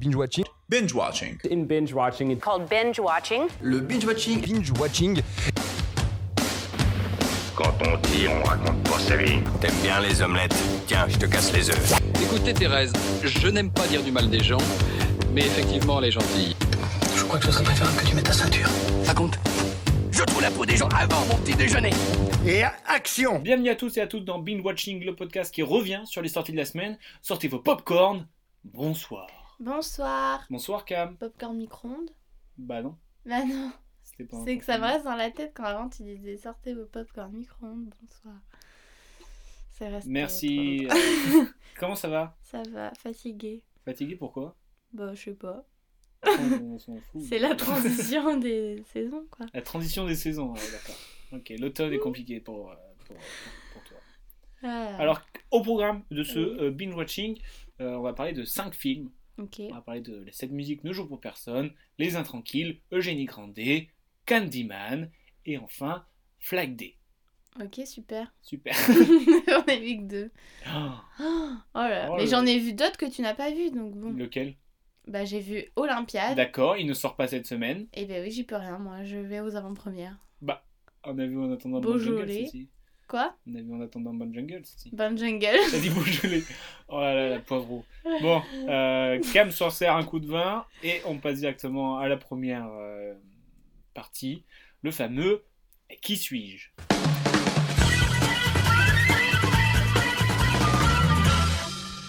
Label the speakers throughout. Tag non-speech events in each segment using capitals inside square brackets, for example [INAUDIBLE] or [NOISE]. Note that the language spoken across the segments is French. Speaker 1: Binge watching.
Speaker 2: Binge watching.
Speaker 3: In binge watching, it's
Speaker 4: called binge watching.
Speaker 2: Le binge watching.
Speaker 1: Binge watching.
Speaker 5: Quand on dit, on raconte pas sa vie. T'aimes bien les omelettes Tiens, je te casse les œufs.
Speaker 6: Écoutez Thérèse, je n'aime pas dire du mal des gens, mais effectivement elle est gentille.
Speaker 7: Je crois que ce serait préférable que tu mettes ta ceinture.
Speaker 8: Raconte. Je trouve la peau des gens avant mon petit déjeuner.
Speaker 9: Et action
Speaker 10: Bienvenue à tous et à toutes dans Binge Watching, le podcast qui revient sur les sorties de la semaine. Sortez vos popcorn. Bonsoir.
Speaker 11: Bonsoir.
Speaker 10: Bonsoir Cam.
Speaker 11: Popcorn micro-ondes
Speaker 10: Bah non.
Speaker 11: Bah non.
Speaker 10: C'était pas un
Speaker 11: C'est que ça me
Speaker 10: popcorn.
Speaker 11: reste dans la tête quand avant tu disais sortez vos popcorn micro-ondes. Bonsoir. Ça reste. euh,
Speaker 10: Merci. Euh,
Speaker 11: trop longtemps.
Speaker 10: Comment ça va
Speaker 11: ça va, fatigué.
Speaker 10: Fatigué
Speaker 11: [LAUGHS]
Speaker 10: pourquoi
Speaker 11: Bah, je sais pas.
Speaker 10: On s'en fout.
Speaker 11: C'est la
Speaker 10: [LAUGHS]
Speaker 11: transition des saisons, quoi.
Speaker 10: La transition des saisons, ouais, d'accord. Ok, l'automne est compliqué pour, euh, pour, pour toi.
Speaker 11: Ah,
Speaker 10: Alors, au programme de ce euh, binge watching, euh, on va parler de 5 films.
Speaker 11: Ok.
Speaker 10: On va parler de Les 7 musiques Ne jouent pour personne, Les Intranquilles, Eugénie Grandet, Candyman et enfin Flag Day.
Speaker 11: Ok,
Speaker 10: [LAUGHS]
Speaker 11: super. [LAUGHS]
Speaker 10: Super. [GASPS]
Speaker 11: On a vu que deux.
Speaker 10: Oh,
Speaker 11: Oh là,
Speaker 10: Oh
Speaker 11: mais
Speaker 10: là
Speaker 11: j'en
Speaker 10: là.
Speaker 11: ai vu d'autres que tu n'as pas vu, donc bon.
Speaker 10: Lequel
Speaker 11: Bah, j'ai vu Olympiade.
Speaker 10: D'accord, il ne sort pas cette semaine.
Speaker 11: Et bah oui, j'y peux rien, moi. Je vais aux avant-premières.
Speaker 10: On a vu en attendant Bon
Speaker 11: Beaujolais.
Speaker 10: Jungle, si, si.
Speaker 11: Quoi
Speaker 10: On a vu en attendant Bon Jungle, si, si.
Speaker 11: Ban Jungle.
Speaker 10: [LAUGHS] T'as dit Beaujolais. Oh là là, la poivreau. Bon, euh, Cam s'en sert un coup de vin et on passe directement à la première euh, partie, le fameux Qui suis-je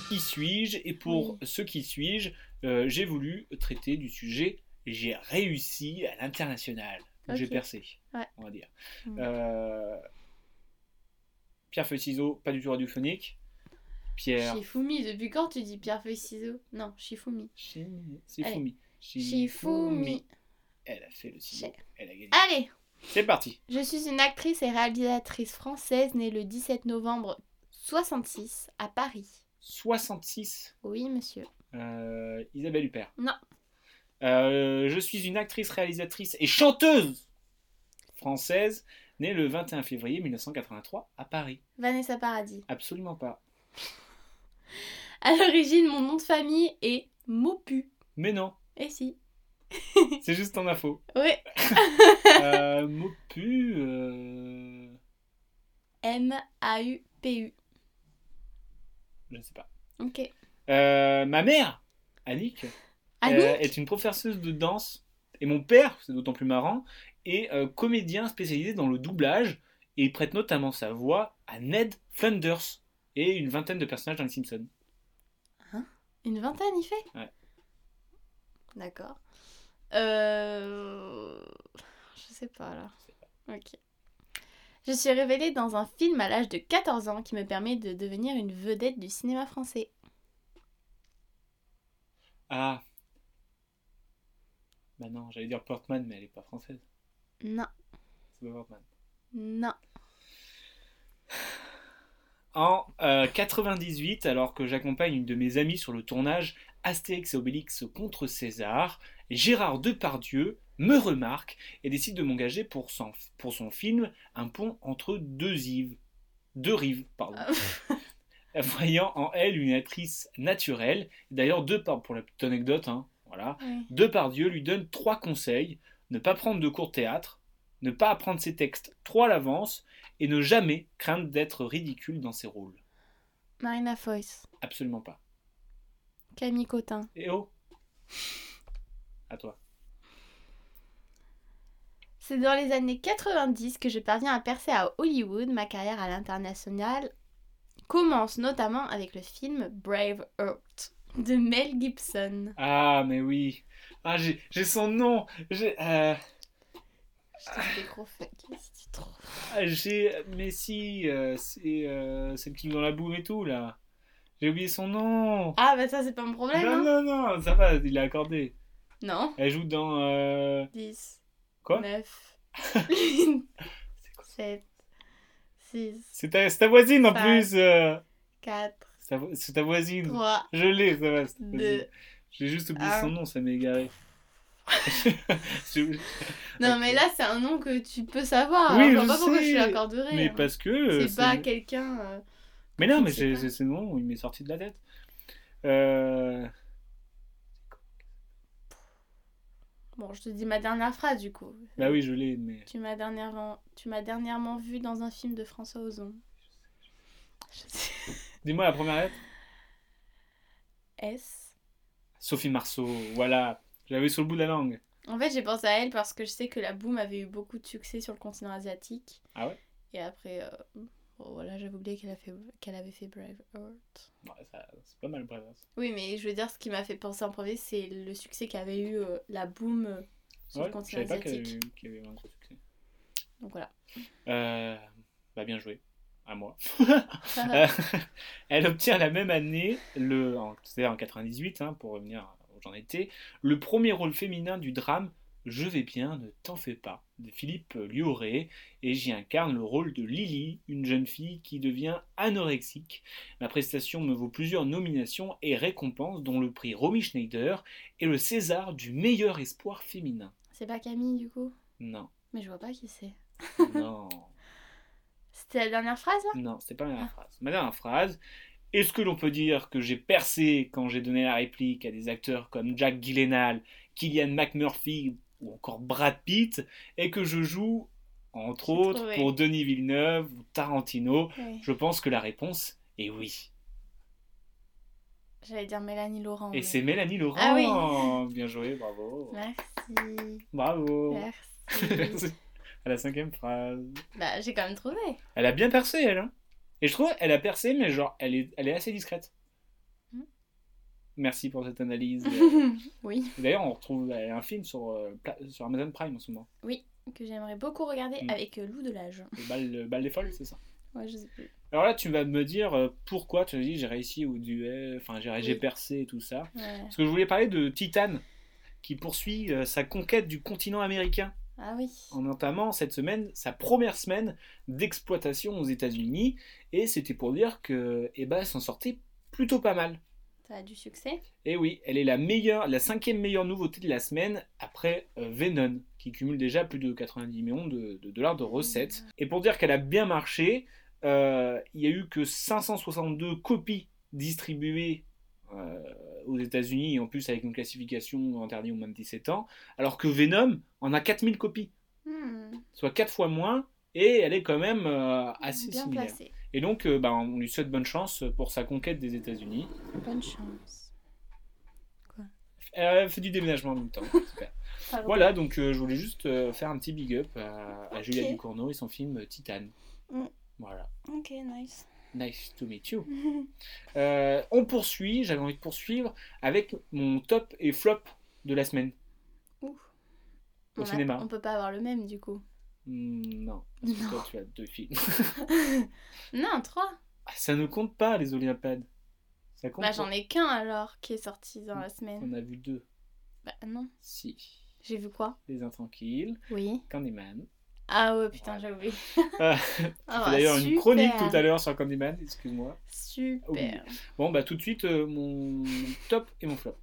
Speaker 10: Qui suis-je Et pour
Speaker 11: Oui.
Speaker 10: ce qui suis-je, euh, j'ai voulu traiter du sujet J'ai réussi à l'international.
Speaker 11: Ok.
Speaker 10: J'ai percé,
Speaker 11: Ouais.
Speaker 10: on va dire.
Speaker 11: Mm.
Speaker 10: Euh, Pierre Feuille Ciseaux, pas du tout radiophonique. Pierre.
Speaker 11: Shifumi, depuis quand tu dis pierre feuille ciseaux Non, Shifumi.
Speaker 10: Chi- Shifumi.
Speaker 11: Shifumi.
Speaker 10: Elle a fait le ciseau. Elle a gagné.
Speaker 11: Allez,
Speaker 10: C'est parti.
Speaker 11: je suis une actrice et réalisatrice française née le 17 novembre 66 à Paris.
Speaker 10: 66.
Speaker 11: Oui, monsieur.
Speaker 10: euh, Isabelle Huppert.
Speaker 11: Non.
Speaker 10: Euh, je suis une actrice, réalisatrice et chanteuse française née le 21 février 1983 à Paris.
Speaker 11: Vanessa Paradis.
Speaker 10: Absolument pas.
Speaker 11: À l'origine, mon nom de famille est Maupu.
Speaker 10: Mais non,
Speaker 11: Eh si.
Speaker 10: c'est juste en info.
Speaker 11: [LAUGHS] Oui.
Speaker 10: Euh, Mopu. euh,
Speaker 11: M-A-U-P-U.
Speaker 10: Je ne sais pas.
Speaker 11: Ok.
Speaker 10: Euh, ma mère, Annick,
Speaker 11: Annick
Speaker 10: euh, est une professeuse de danse. Et mon père, c'est d'autant plus marrant, est euh, comédien spécialisé dans le doublage. Et il prête notamment sa voix à Ned Flanders et une vingtaine de personnages dans les Simpsons.
Speaker 11: Une vingtaine, il fait
Speaker 10: Ouais.
Speaker 11: D'accord. Euh... Je sais pas, alors. Ok. Je suis révélée dans un film à l'âge de 14 ans qui me permet de devenir une vedette du cinéma français.
Speaker 10: Ah. Bah non, j'allais dire Portman, mais elle n'est pas française.
Speaker 11: Non,
Speaker 10: C'est pas Portman.
Speaker 11: non.
Speaker 10: En euh, 98, alors que j'accompagne une de mes amies sur le tournage Astérix et Obélix contre César, Gérard Depardieu me remarque et décide de m'engager pour son, pour son film Un pont entre deux ives. Deux rives, pardon. [LAUGHS] Voyant en elle une actrice naturelle. D'ailleurs, Depard- pour la petite anecdote, hein, voilà,
Speaker 11: Oui.
Speaker 10: Depardieu lui donne trois conseils ne pas prendre de cours de théâtre, ne pas apprendre ses textes trop à l'avance et ne jamais craindre d'être ridicule dans ses rôles.
Speaker 11: Marina Foïs,
Speaker 10: Absolument pas.
Speaker 11: Camille Cotin.
Speaker 10: Eh oh À toi.
Speaker 11: C'est dans les années 90 que je parviens à percer à Hollywood. Ma carrière à l'international commence notamment avec le film Brave Heart de Mel Gibson.
Speaker 10: Ah, mais oui Ah, j'ai j'ai son nom J'ai. euh,
Speaker 11: Je te fais des gros [LAUGHS] fuck, si tu te trouves.
Speaker 10: ah, j'ai. Mais si euh, C'est euh, c'est le truc dans la boue et tout, là. J'ai oublié son nom
Speaker 11: Ah bah ça c'est pas mon problème.
Speaker 10: Non,
Speaker 11: hein.
Speaker 10: non, non Ça va, il l'a accordé.
Speaker 11: Non.
Speaker 10: Elle joue dans. euh,
Speaker 11: 10.
Speaker 10: Quoi [LAUGHS]
Speaker 11: 9. 7. 6.
Speaker 10: C'est ta, c'est ta voisine en
Speaker 11: Ça.
Speaker 10: plus euh,
Speaker 11: 4.
Speaker 10: C'est ta, vo- c'est ta voisine
Speaker 11: 3.
Speaker 10: Je l'ai, ça va. c'est ta voisine.
Speaker 11: 2.
Speaker 10: J'ai juste oublié
Speaker 11: Un.
Speaker 10: son nom, ça m'est égaré. [LAUGHS] Je-
Speaker 11: Non
Speaker 10: Ok.
Speaker 11: mais là c'est un nom que tu peux savoir.
Speaker 10: Oui,
Speaker 11: hein. je
Speaker 10: je
Speaker 11: vois pas pourquoi
Speaker 10: sais,
Speaker 11: je te l'accorderais.
Speaker 10: mais
Speaker 11: hein.
Speaker 10: parce que. euh,
Speaker 11: C'est pas quelqu'un. euh,
Speaker 10: Mais non,
Speaker 11: Je
Speaker 10: mais
Speaker 11: sais
Speaker 10: c'est
Speaker 11: pas.
Speaker 10: c'est- c'est bon, il m'est sorti de la tête. Euh,
Speaker 11: Bon, je te dis ma dernière phrase du coup.
Speaker 10: Bah oui, je l'ai, mais.
Speaker 11: Tu m'as dernièrement, tu m'as dernièrement vu dans un film de François Ozon. Je sais. [LAUGHS]
Speaker 10: Dis-moi la première lettre.
Speaker 11: S.
Speaker 10: Sophie Marceau, voilà. J'avais sur le bout de la langue.
Speaker 11: En fait, j'ai pensé à elle parce que je sais que la Boom avait eu beaucoup de succès sur le continent asiatique.
Speaker 10: Ah ouais
Speaker 11: Et après, euh, bon, voilà, j'avais oublié qu'elle a fait- qu'elle avait fait Brave Heart.
Speaker 10: Ouais, ça- c'est pas mal, bref.
Speaker 11: Oui, mais je veux dire, ce qui m'a fait penser en premier, c'est le succès qu'avait eu euh, la Boom euh, sur
Speaker 10: Ouais,
Speaker 11: le
Speaker 10: je savais
Speaker 11: continent
Speaker 10: pas qu'il y avait
Speaker 11: asiatique.
Speaker 10: eu- qu'il y avait eu un gros succès. [LAUGHS]
Speaker 11: Donc voilà.
Speaker 10: Euh, bah bien joué, à moi. Euh, elle obtient la même année, le, en- c'est-à-dire en 98, hein, pour revenir où j'en étais, le premier rôle féminin du drame Je vais bien, ne t'en fais pas, de Philippe Lioré, et j'y incarne le rôle de Lily, une jeune fille qui devient anorexique. Ma prestation me vaut plusieurs nominations et récompenses, dont le prix Romy Schneider et le César du meilleur espoir féminin.
Speaker 11: C'est pas Camille du coup
Speaker 10: Non,
Speaker 11: Mais je vois pas qui c'est.
Speaker 10: non.
Speaker 11: C'était la dernière phrase là
Speaker 10: Non, c'est pas ma dernière phrase. Ma dernière phrase. Est-ce que l'on peut dire que j'ai percé quand j'ai donné la réplique à des acteurs comme Jack Gyllenhaal, Killian McMurphy ou encore Brad Pitt et que je joue, entre
Speaker 11: J'ai
Speaker 10: autres,
Speaker 11: trouvé.
Speaker 10: pour Denis Villeneuve ou Tarantino
Speaker 11: Oui.
Speaker 10: Je pense que la réponse est oui.
Speaker 11: J'allais dire Mélanie Laurent.
Speaker 10: Et
Speaker 11: mais-
Speaker 10: c'est Mélanie Laurent.
Speaker 11: Ah oui.
Speaker 10: Bien joué, bravo.
Speaker 11: Merci.
Speaker 10: Bravo.
Speaker 11: Merci.
Speaker 10: [LAUGHS] à la cinquième phrase.
Speaker 11: bah, j'ai quand même trouvé.
Speaker 10: [LAUGHS] Elle a bien percé, elle. hein. Et je trouve, elle a percé, mais genre, elle est, elle est assez discrète.
Speaker 11: Hmm.
Speaker 10: Merci pour cette
Speaker 11: [LAUGHS]
Speaker 10: analyse.
Speaker 11: oui.
Speaker 10: Et D'ailleurs, on retrouve euh, un film sur, euh, pla- sur Amazon Prime en ce moment.
Speaker 11: Que j'aimerais beaucoup regarder
Speaker 10: Mm.
Speaker 11: avec euh, Lou Delage.
Speaker 10: Le bal, le bal des folles, c'est ça.
Speaker 11: Ouais, je sais plus.
Speaker 10: Alors là, tu vas me dire euh, pourquoi tu as dit j'ai réussi au duel, enfin j'ai j'ai
Speaker 11: Oui.
Speaker 10: percé et tout ça.
Speaker 11: Ouais.
Speaker 10: Parce que je voulais parler de Titan, qui poursuit euh, sa conquête du continent américain.
Speaker 11: Ah oui.
Speaker 10: en entamant cette semaine sa première semaine d'exploitation aux États-Unis et c'était pour dire que eh ben, elle s'en sortait plutôt pas mal.
Speaker 11: Ça a du succès.
Speaker 10: Et Eh oui, elle est la meilleure, la cinquième meilleure nouveauté de la semaine après euh, Venom, qui cumule déjà plus de 90 millions de, de dollars de recettes. Et pour dire qu'elle a bien marché, euh, il n'y a eu que 562 copies distribuées euh, aux États-Unis, et en plus avec une classification interdite aux moins de 17 ans, alors que Venom en a 4000 copies
Speaker 11: Hmm,
Speaker 10: soit 4 fois moins, et elle est quand même euh, assez
Speaker 11: Bien
Speaker 10: similaire.
Speaker 11: placé.
Speaker 10: Et donc, euh, bah, on lui souhaite bonne chance pour sa conquête des États-Unis.
Speaker 11: Bonne chance.
Speaker 10: Elle fait du déménagement en même temps. Super.
Speaker 11: Pardon.
Speaker 10: voilà, donc euh, je voulais juste euh, faire un petit big up à, à
Speaker 11: Ok.
Speaker 10: Julia Ducournau et son film Titan.
Speaker 11: Mm.
Speaker 10: Voilà.
Speaker 11: Ok, [LAUGHS] nice.
Speaker 10: Nice to meet you. Euh, on poursuit, j'avais envie de poursuivre avec mon top et flop de la semaine.
Speaker 11: Ouh.
Speaker 10: Au
Speaker 11: On a-
Speaker 10: cinéma.
Speaker 11: On peut pas avoir le même du coup.
Speaker 10: Hmm, non, parce que
Speaker 11: Non.
Speaker 10: toi tu as deux films. [LAUGHS]
Speaker 11: non, trois.
Speaker 10: Ah, Ça ne compte pas les Olympiades. Ça compte.
Speaker 11: Bah, j'en
Speaker 10: pas.
Speaker 11: ai qu'un alors qui est sorti dans la semaine.
Speaker 10: On a vu deux.
Speaker 11: Bah, non.
Speaker 10: Si.
Speaker 11: J'ai vu quoi
Speaker 10: Les Intranquilles,
Speaker 11: Oui.
Speaker 10: Candyman.
Speaker 11: Ah ouais, putain, j'ai oublié. [LAUGHS]
Speaker 10: Ah,
Speaker 11: Ah,
Speaker 10: J'ai d'ailleurs une
Speaker 11: super.
Speaker 10: chronique tout à l'heure sur Candyman, excuse-moi. Oublié.
Speaker 11: Super.
Speaker 10: Bon, bah tout de suite, euh, mon top et mon flop.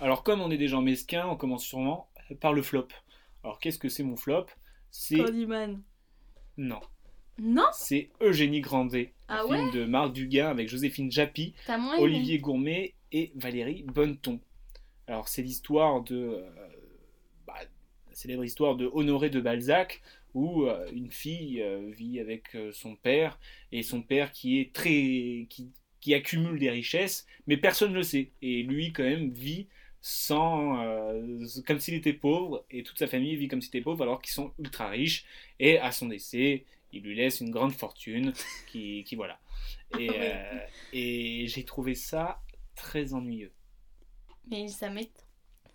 Speaker 10: Alors, comme on est des gens mesquins, on commence sûrement euh, par le flop. Alors, qu'est-ce que c'est mon flop C'est.
Speaker 11: Candyman.
Speaker 10: Non,
Speaker 11: Non,
Speaker 10: c'est Eugénie Grandet, un
Speaker 11: Ah
Speaker 10: film de Marc Duguin avec Joséphine Japy,
Speaker 11: t'as moins aimé.
Speaker 10: Olivier Gourmet et Valérie Bonneton. Alors c'est l'histoire de euh, bah, la célèbre histoire de Honoré de Balzac où euh, une fille euh, vit avec euh, son père et son père qui est très qui, qui accumule des richesses mais personne ne le sait et lui quand même vit sans euh, comme s'il était pauvre et toute sa famille vit comme s'il était pauvre alors qu'ils sont ultra riches et à son décès il lui laisse une grande fortune
Speaker 11: [LAUGHS]
Speaker 10: qui, qui voilà et,
Speaker 11: Ah ouais.
Speaker 10: euh, et j'ai trouvé ça très ennuyeux.
Speaker 11: Mais ça m'étonne.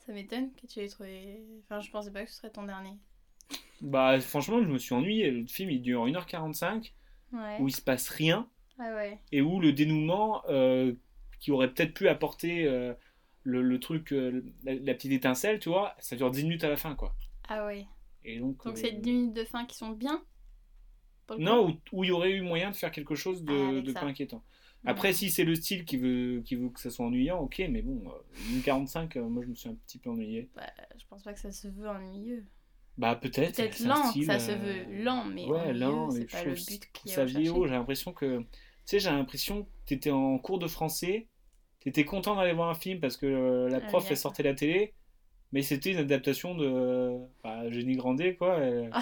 Speaker 11: Ça m'étonne que tu l'aies trouvé. Enfin, je pensais pas que ce serait ton dernier.
Speaker 10: Bah franchement, je me suis ennuyé. Le film, il dure 1h45,
Speaker 11: Ouais.
Speaker 10: où il se passe rien,
Speaker 11: Ah ouais.
Speaker 10: et où le dénouement, euh, qui aurait peut-être pu apporter euh, le, le truc, euh, la, la petite étincelle, tu vois, ça dure 10 minutes à la fin, quoi.
Speaker 11: Ah ouais.
Speaker 10: Et donc...
Speaker 11: Donc
Speaker 10: euh,
Speaker 11: c'est 10 minutes de fin qui sont bien pour le coup
Speaker 10: Non, où- où il y aurait eu moyen de faire quelque chose
Speaker 11: Ah,
Speaker 10: de,
Speaker 11: avec
Speaker 10: de
Speaker 11: ça. Mm.
Speaker 10: pas inquiétant. Après, si c'est le style qui veut, qui veut que ça soit ennuyant, ok, mais bon, euh, 1h45, euh, moi je me suis un petit peu ennuyé.
Speaker 11: Bah, je pense pas que ça se veut ennuyeux.
Speaker 10: Bah peut-être.
Speaker 11: Peut-être
Speaker 10: c'est un
Speaker 11: lent,
Speaker 10: style,
Speaker 11: ça se
Speaker 10: euh,
Speaker 11: veut lent, mais
Speaker 10: Ouais,
Speaker 11: ennuyeux,
Speaker 10: lent,
Speaker 11: c'est
Speaker 10: mais
Speaker 11: pas
Speaker 10: je
Speaker 11: le
Speaker 10: trouve-
Speaker 11: but
Speaker 10: je
Speaker 11: qui
Speaker 10: trouve
Speaker 11: est
Speaker 10: ça
Speaker 11: recherché.
Speaker 10: vieillot, j'ai l'impression que tu sais, j'ai l'impression que t'étais en cours de français T'étais content d'aller voir un film parce que euh, la
Speaker 11: Ah,
Speaker 10: prof,
Speaker 11: bien.
Speaker 10: elle sortait la télé, mais c'était une adaptation de euh, bah, Génie Grandet, quoi. et-
Speaker 11: Ah.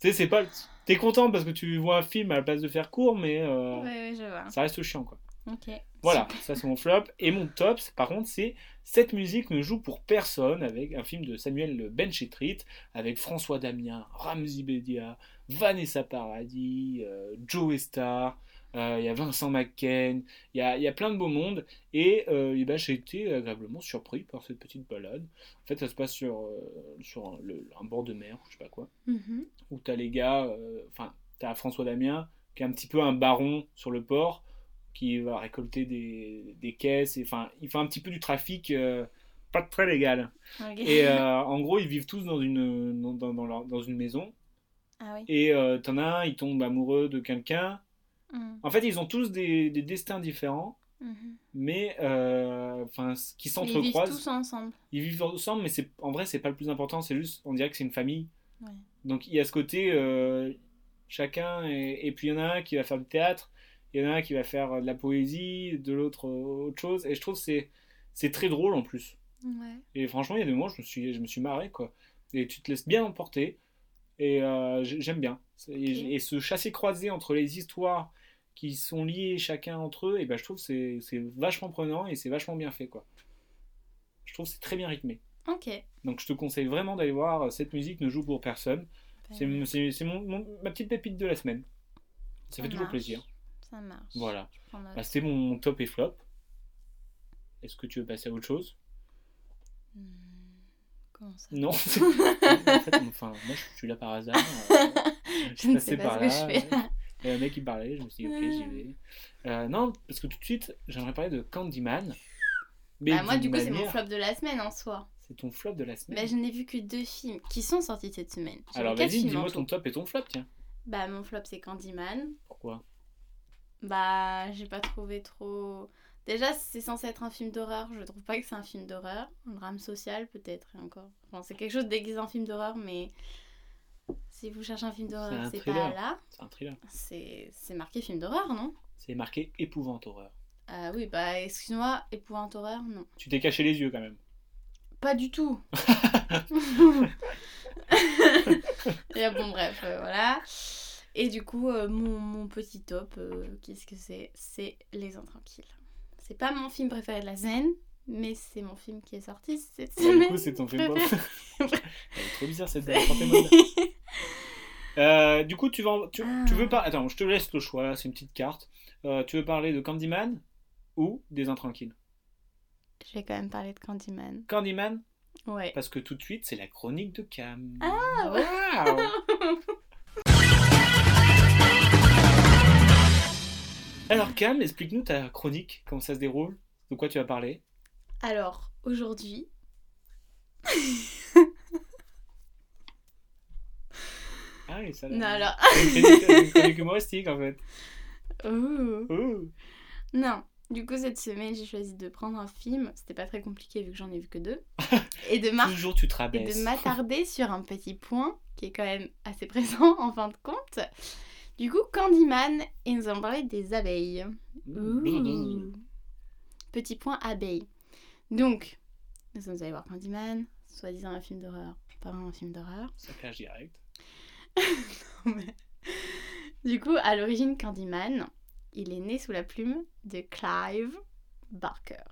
Speaker 10: tu sais, c'est pas. le- T'es content parce que tu vois un film à la place de faire court, mais euh,
Speaker 11: Oui, oui, je vois.
Speaker 10: ça reste chiant, quoi.
Speaker 11: Ok.
Speaker 10: Voilà, ça c'est mon flop. Et mon top, c'est- par contre, c'est Cette musique ne joue pour personne, avec un film de Samuel Benchetrit, avec François Damien, Ramzi Bedia, Vanessa Paradis, euh, Joe Star, euh, il y a Vincent McCain, il y a, il y a plein de beaux mondes. Et, euh, eh ben, j'ai été agréablement surpris par cette petite balade. En fait, ça se passe sur, euh, sur un, le- un bord de mer, je sais pas quoi
Speaker 11: Mhm.
Speaker 10: où t'as les gars, euh, enfin, t'as François Damien, qui est un petit peu un baron sur le port, qui va récolter des, des caisses, et enfin, il fait un petit peu du trafic euh, pas très légal.
Speaker 11: Ok.
Speaker 10: Et
Speaker 11: [LAUGHS]
Speaker 10: euh, en gros, ils vivent tous dans une, dans, dans- dans leur- dans une maison,
Speaker 11: Ah oui.
Speaker 10: et euh, t'en as un, il tombe amoureux de quelqu'un.
Speaker 11: Mhm.
Speaker 10: En fait, ils ont tous des, des destins différents,
Speaker 11: Mhm.
Speaker 10: mais euh, enfin, c- qui
Speaker 11: Mais Ils vivent
Speaker 10: s'entrecroisent.
Speaker 11: tous ensemble.
Speaker 10: ils vivent ensemble, mais c'est en vrai, c'est pas le plus important. C'est juste, on dirait que c'est une famille.
Speaker 11: Ouais.
Speaker 10: Donc il y a ce côté, euh, chacun, est- et puis il y en a un qui va faire du théâtre, il y en a un qui va faire euh, de la poésie, de l'autre euh, autre chose. Et je trouve que c'est c'est très drôle en plus.
Speaker 11: Ouais.
Speaker 10: Et franchement, il y a des moments, je me suis, je me suis marré quoi. Et tu te laisses bien emporter. Et euh, j'ai- j'aime bien. C'est-
Speaker 11: Ok.
Speaker 10: Et, et ce chassé croisé entre les histoires qui sont liées chacun entre eux, et ben je trouve que c'est c'est vachement prenant et c'est vachement bien fait quoi. Je trouve que c'est très bien rythmé.
Speaker 11: Ok.
Speaker 10: Donc je te conseille vraiment d'aller voir euh, Cette musique ne joue pour personne. C'est
Speaker 11: Ben,
Speaker 10: c'est- c'est mon- mon- ma petite pépite de la semaine. Ça,
Speaker 11: Ça
Speaker 10: fait toujours
Speaker 11: marche.
Speaker 10: plaisir.
Speaker 11: Ça marche.
Speaker 10: Voilà.
Speaker 11: Je prends note.
Speaker 10: Bah, C'était mon, mon top et flop. Est-ce que tu veux passer à autre chose
Speaker 11: Hmm. Comment ça
Speaker 10: [LAUGHS] Non. en fait, enfin, moi je suis là par hasard. euh,
Speaker 11: [LAUGHS] Je ne sais pas ce que je fais.
Speaker 10: Il y a un mec qui parlait, je me suis dit ok j'y vais. Euh, non, parce que tout de suite j'aimerais parler de Candyman. Mais
Speaker 11: Bah, moi,
Speaker 10: d'une
Speaker 11: du coup, c'est mon
Speaker 10: manière-
Speaker 11: flop de la semaine en soi.
Speaker 10: C'est ton flop de la
Speaker 11: Bah,
Speaker 10: semaine.
Speaker 11: je n'ai vu que deux films qui sont sortis cette semaine. J'avais
Speaker 10: Alors
Speaker 11: quatre
Speaker 10: vas-y,
Speaker 11: films en
Speaker 10: dis-moi
Speaker 11: tout.
Speaker 10: ton top et ton flop, tiens.
Speaker 11: Bah, mon flop, c'est Candyman.
Speaker 10: Pourquoi
Speaker 11: Bah, j'ai pas trouvé trop. Déjà, c'est censé être un film d'horreur. Je trouve pas que c'est un film d'horreur. Un drame social, peut-être, et encore. Bon, c'est quelque chose déguisé en film d'horreur, mais si vous cherchez un film d'horreur,
Speaker 10: un
Speaker 11: c'est
Speaker 10: thriller.
Speaker 11: pas là.
Speaker 10: C'est un thriller.
Speaker 11: C'est c'est marqué film d'horreur, non
Speaker 10: C'est marqué épouvante horreur.
Speaker 11: Ah Oui, bah, excuse-moi, épouvante horreur, non.
Speaker 10: Tu t'es caché les yeux quand
Speaker 11: [LAUGHS]
Speaker 10: même.
Speaker 11: Pas
Speaker 10: [LAUGHS]
Speaker 11: du tout. Et bon, bref, euh, voilà. Et du coup, euh, mon, mon petit top, euh, qu'est-ce que c'est C'est Les Intranquilles. C'est pas mon film préféré de la scène, mais c'est mon film qui est sorti cette
Speaker 10: Ouais,
Speaker 11: semaine.
Speaker 10: Bah, du coup, c'est ton film.
Speaker 11: préféré. [LAUGHS]
Speaker 10: Elle est trop bizarre cette blague, portez-moi de là. Euh, du coup, tu, vas, en- tu,
Speaker 11: Ah.
Speaker 10: tu veux pas. Attends, je te laisse le choix, là, c'est une petite carte. Euh, tu veux parler de Candyman ou des Intranquilles
Speaker 11: Je vais quand même parler de Candyman.
Speaker 10: Candyman,
Speaker 11: Ouais.
Speaker 10: parce que tout de suite, c'est la chronique de Cam.
Speaker 11: Ah,
Speaker 10: Waouh
Speaker 11: [LAUGHS]
Speaker 10: Alors, Cam, explique-nous ta chronique, comment ça se déroule, de quoi tu vas parler.
Speaker 11: Alors, aujourd'hui.
Speaker 10: Ah, et ça. là,
Speaker 11: Non, alors. [LAUGHS]
Speaker 10: c'est une chronique- une chronique humoristique, en fait. Oh.
Speaker 11: Ouh.
Speaker 10: Ouh.
Speaker 11: Non. Du coup, cette semaine, j'ai choisi de prendre un film. C'était pas très compliqué vu que j'en ai vu
Speaker 10: [LAUGHS]
Speaker 11: que deux. Et de marquer.
Speaker 10: Toujours tu te
Speaker 11: et de
Speaker 10: rabaisses.
Speaker 11: m'attarder sur un petit point qui est quand même assez [LAUGHS] présent en fin de compte. Du coup, Candyman, et nous allons parler des abeilles.
Speaker 10: Mmh,
Speaker 11: Ouh. Petit point abeille. Donc, nous sommes allés voir Candyman, soi-disant un film d'horreur. Pas vraiment un film d'horreur.
Speaker 10: Ça clash direct.
Speaker 11: [LAUGHS] mais- du coup, à l'origine, Candyman, il est né sous la plume de Clive Barker.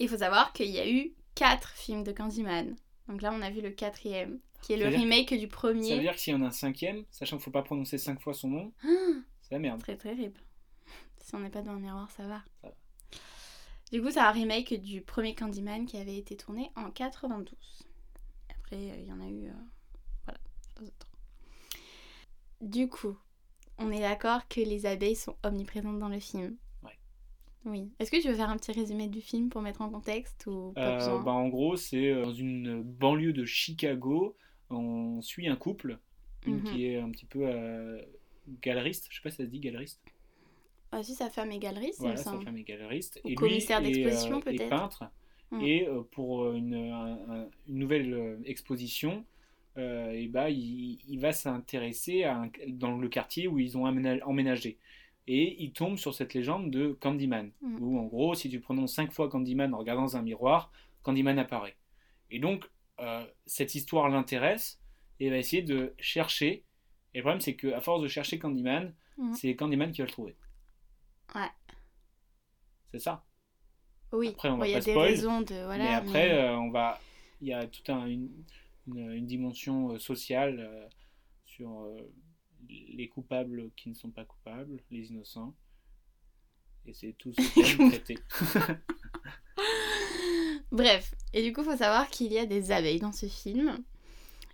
Speaker 11: Il faut savoir qu'il y a eu quatre films de Candyman. Donc là, on a vu le quatrième, qui est le
Speaker 10: Ça veut dire-
Speaker 11: remake du
Speaker 10: Ça veut
Speaker 11: premier.
Speaker 10: dire que s'il y en a un cinquième, sachant qu'il faut pas prononcer cinq fois son nom,
Speaker 11: Ah.
Speaker 10: c'est la merde.
Speaker 11: Très terrible. [LAUGHS] Si on n'est pas dans un miroir, ça va.
Speaker 10: Ça va.
Speaker 11: Du coup, c'est un remake du premier Candyman qui avait été tourné en 92. Après, euh, il y en a eu. euh, voilà, deux autres. Du coup, on est d'accord que les abeilles sont omniprésentes dans le film.
Speaker 10: Ouais.
Speaker 11: Oui. Est-ce que tu veux faire un petit résumé du film pour mettre en contexte ou pas
Speaker 10: Euh,
Speaker 11: besoin
Speaker 10: bah, en gros, c'est euh, dans une banlieue de Chicago, on suit un couple une
Speaker 11: Mhm.
Speaker 10: qui est un petit peu euh, galeriste, je sais pas si ça se dit galeriste.
Speaker 11: Ah, si, sa femme est galeriste, il me
Speaker 10: Voilà, sa
Speaker 11: semble.
Speaker 10: femme est galeriste.
Speaker 11: hein. Ou
Speaker 10: et lui
Speaker 11: commissaire
Speaker 10: est,
Speaker 11: d'exposition,
Speaker 10: euh, est
Speaker 11: peut-être.
Speaker 10: peintre.
Speaker 11: Mm.
Speaker 10: Et euh, pour euh, une, un- un- une nouvelle euh, exposition, euh, eh ben, il, il va s'intéresser à un- dans le quartier où ils ont aména- emménagé. et il tombe sur cette légende de Candyman,
Speaker 11: Mm.
Speaker 10: où en gros, si tu prononces cinq fois Candyman en regardant dans un miroir, Candyman apparaît. Et donc, euh, cette histoire l'intéresse et va essayer de chercher. Et le problème, c'est qu'à force de chercher Candyman,
Speaker 11: Mm.
Speaker 10: c'est Candyman qui va le trouver.
Speaker 11: Ouais.
Speaker 10: C'est ça.
Speaker 11: Oui,
Speaker 10: Après, on va
Speaker 11: Ouais, il y a
Speaker 10: pas
Speaker 11: des
Speaker 10: spoil,
Speaker 11: raisons de. Voilà,
Speaker 10: mais après,
Speaker 11: mais-
Speaker 10: euh, on va. Il y a toute un- une, une- une dimension euh, sociale euh, sur euh, les coupables qui ne sont pas coupables, les innocents. Et c'est tout ce
Speaker 11: [LAUGHS]
Speaker 10: qu'on traité.
Speaker 11: Bref, et du coup, faut savoir qu'il y a des abeilles dans ce film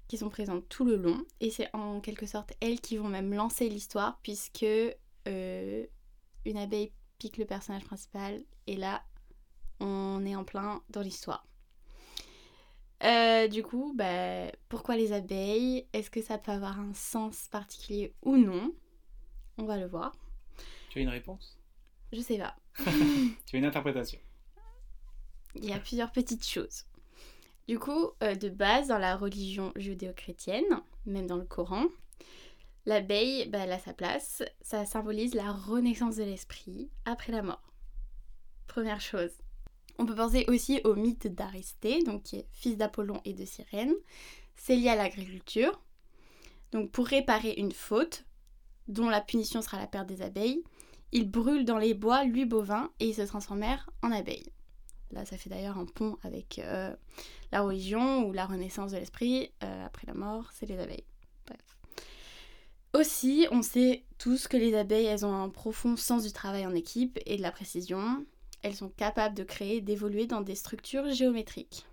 Speaker 11: qui sont présentes tout le long, et c'est en quelque sorte elles qui vont même lancer l'histoire, puisque euh, une abeille pique le personnage principal, et là, on est en plein dans l'histoire. Euh, du coup, bah, pourquoi les abeilles Est-ce que ça peut avoir un sens particulier ou non On va le voir.
Speaker 10: tu as une réponse
Speaker 11: Je sais pas.
Speaker 10: Tu as une interprétation
Speaker 11: Il y a plusieurs petites choses. Du coup, euh, de base, dans la religion judéo-chrétienne, même dans le Coran, l'abeille, bah, elle a sa place. Ça symbolise la renaissance de l'esprit après la mort. Première chose. On peut penser aussi au mythe d'Aristée, donc qui est fils d'Apollon et de Sirène. C'est lié à l'agriculture. Donc pour réparer une faute, dont la punition sera la perte des abeilles, il brûle dans les bois, lui bovin, et il se transformèrent en abeille. Là, ça fait d'ailleurs un pont avec euh, la religion ou la renaissance de l'esprit. euh, après la mort, c'est les abeilles. Bref. Aussi, on sait tous que les abeilles, elles ont un profond sens du travail en équipe et de la précision. Elles sont capables de créer et d'évoluer dans des structures géométriques.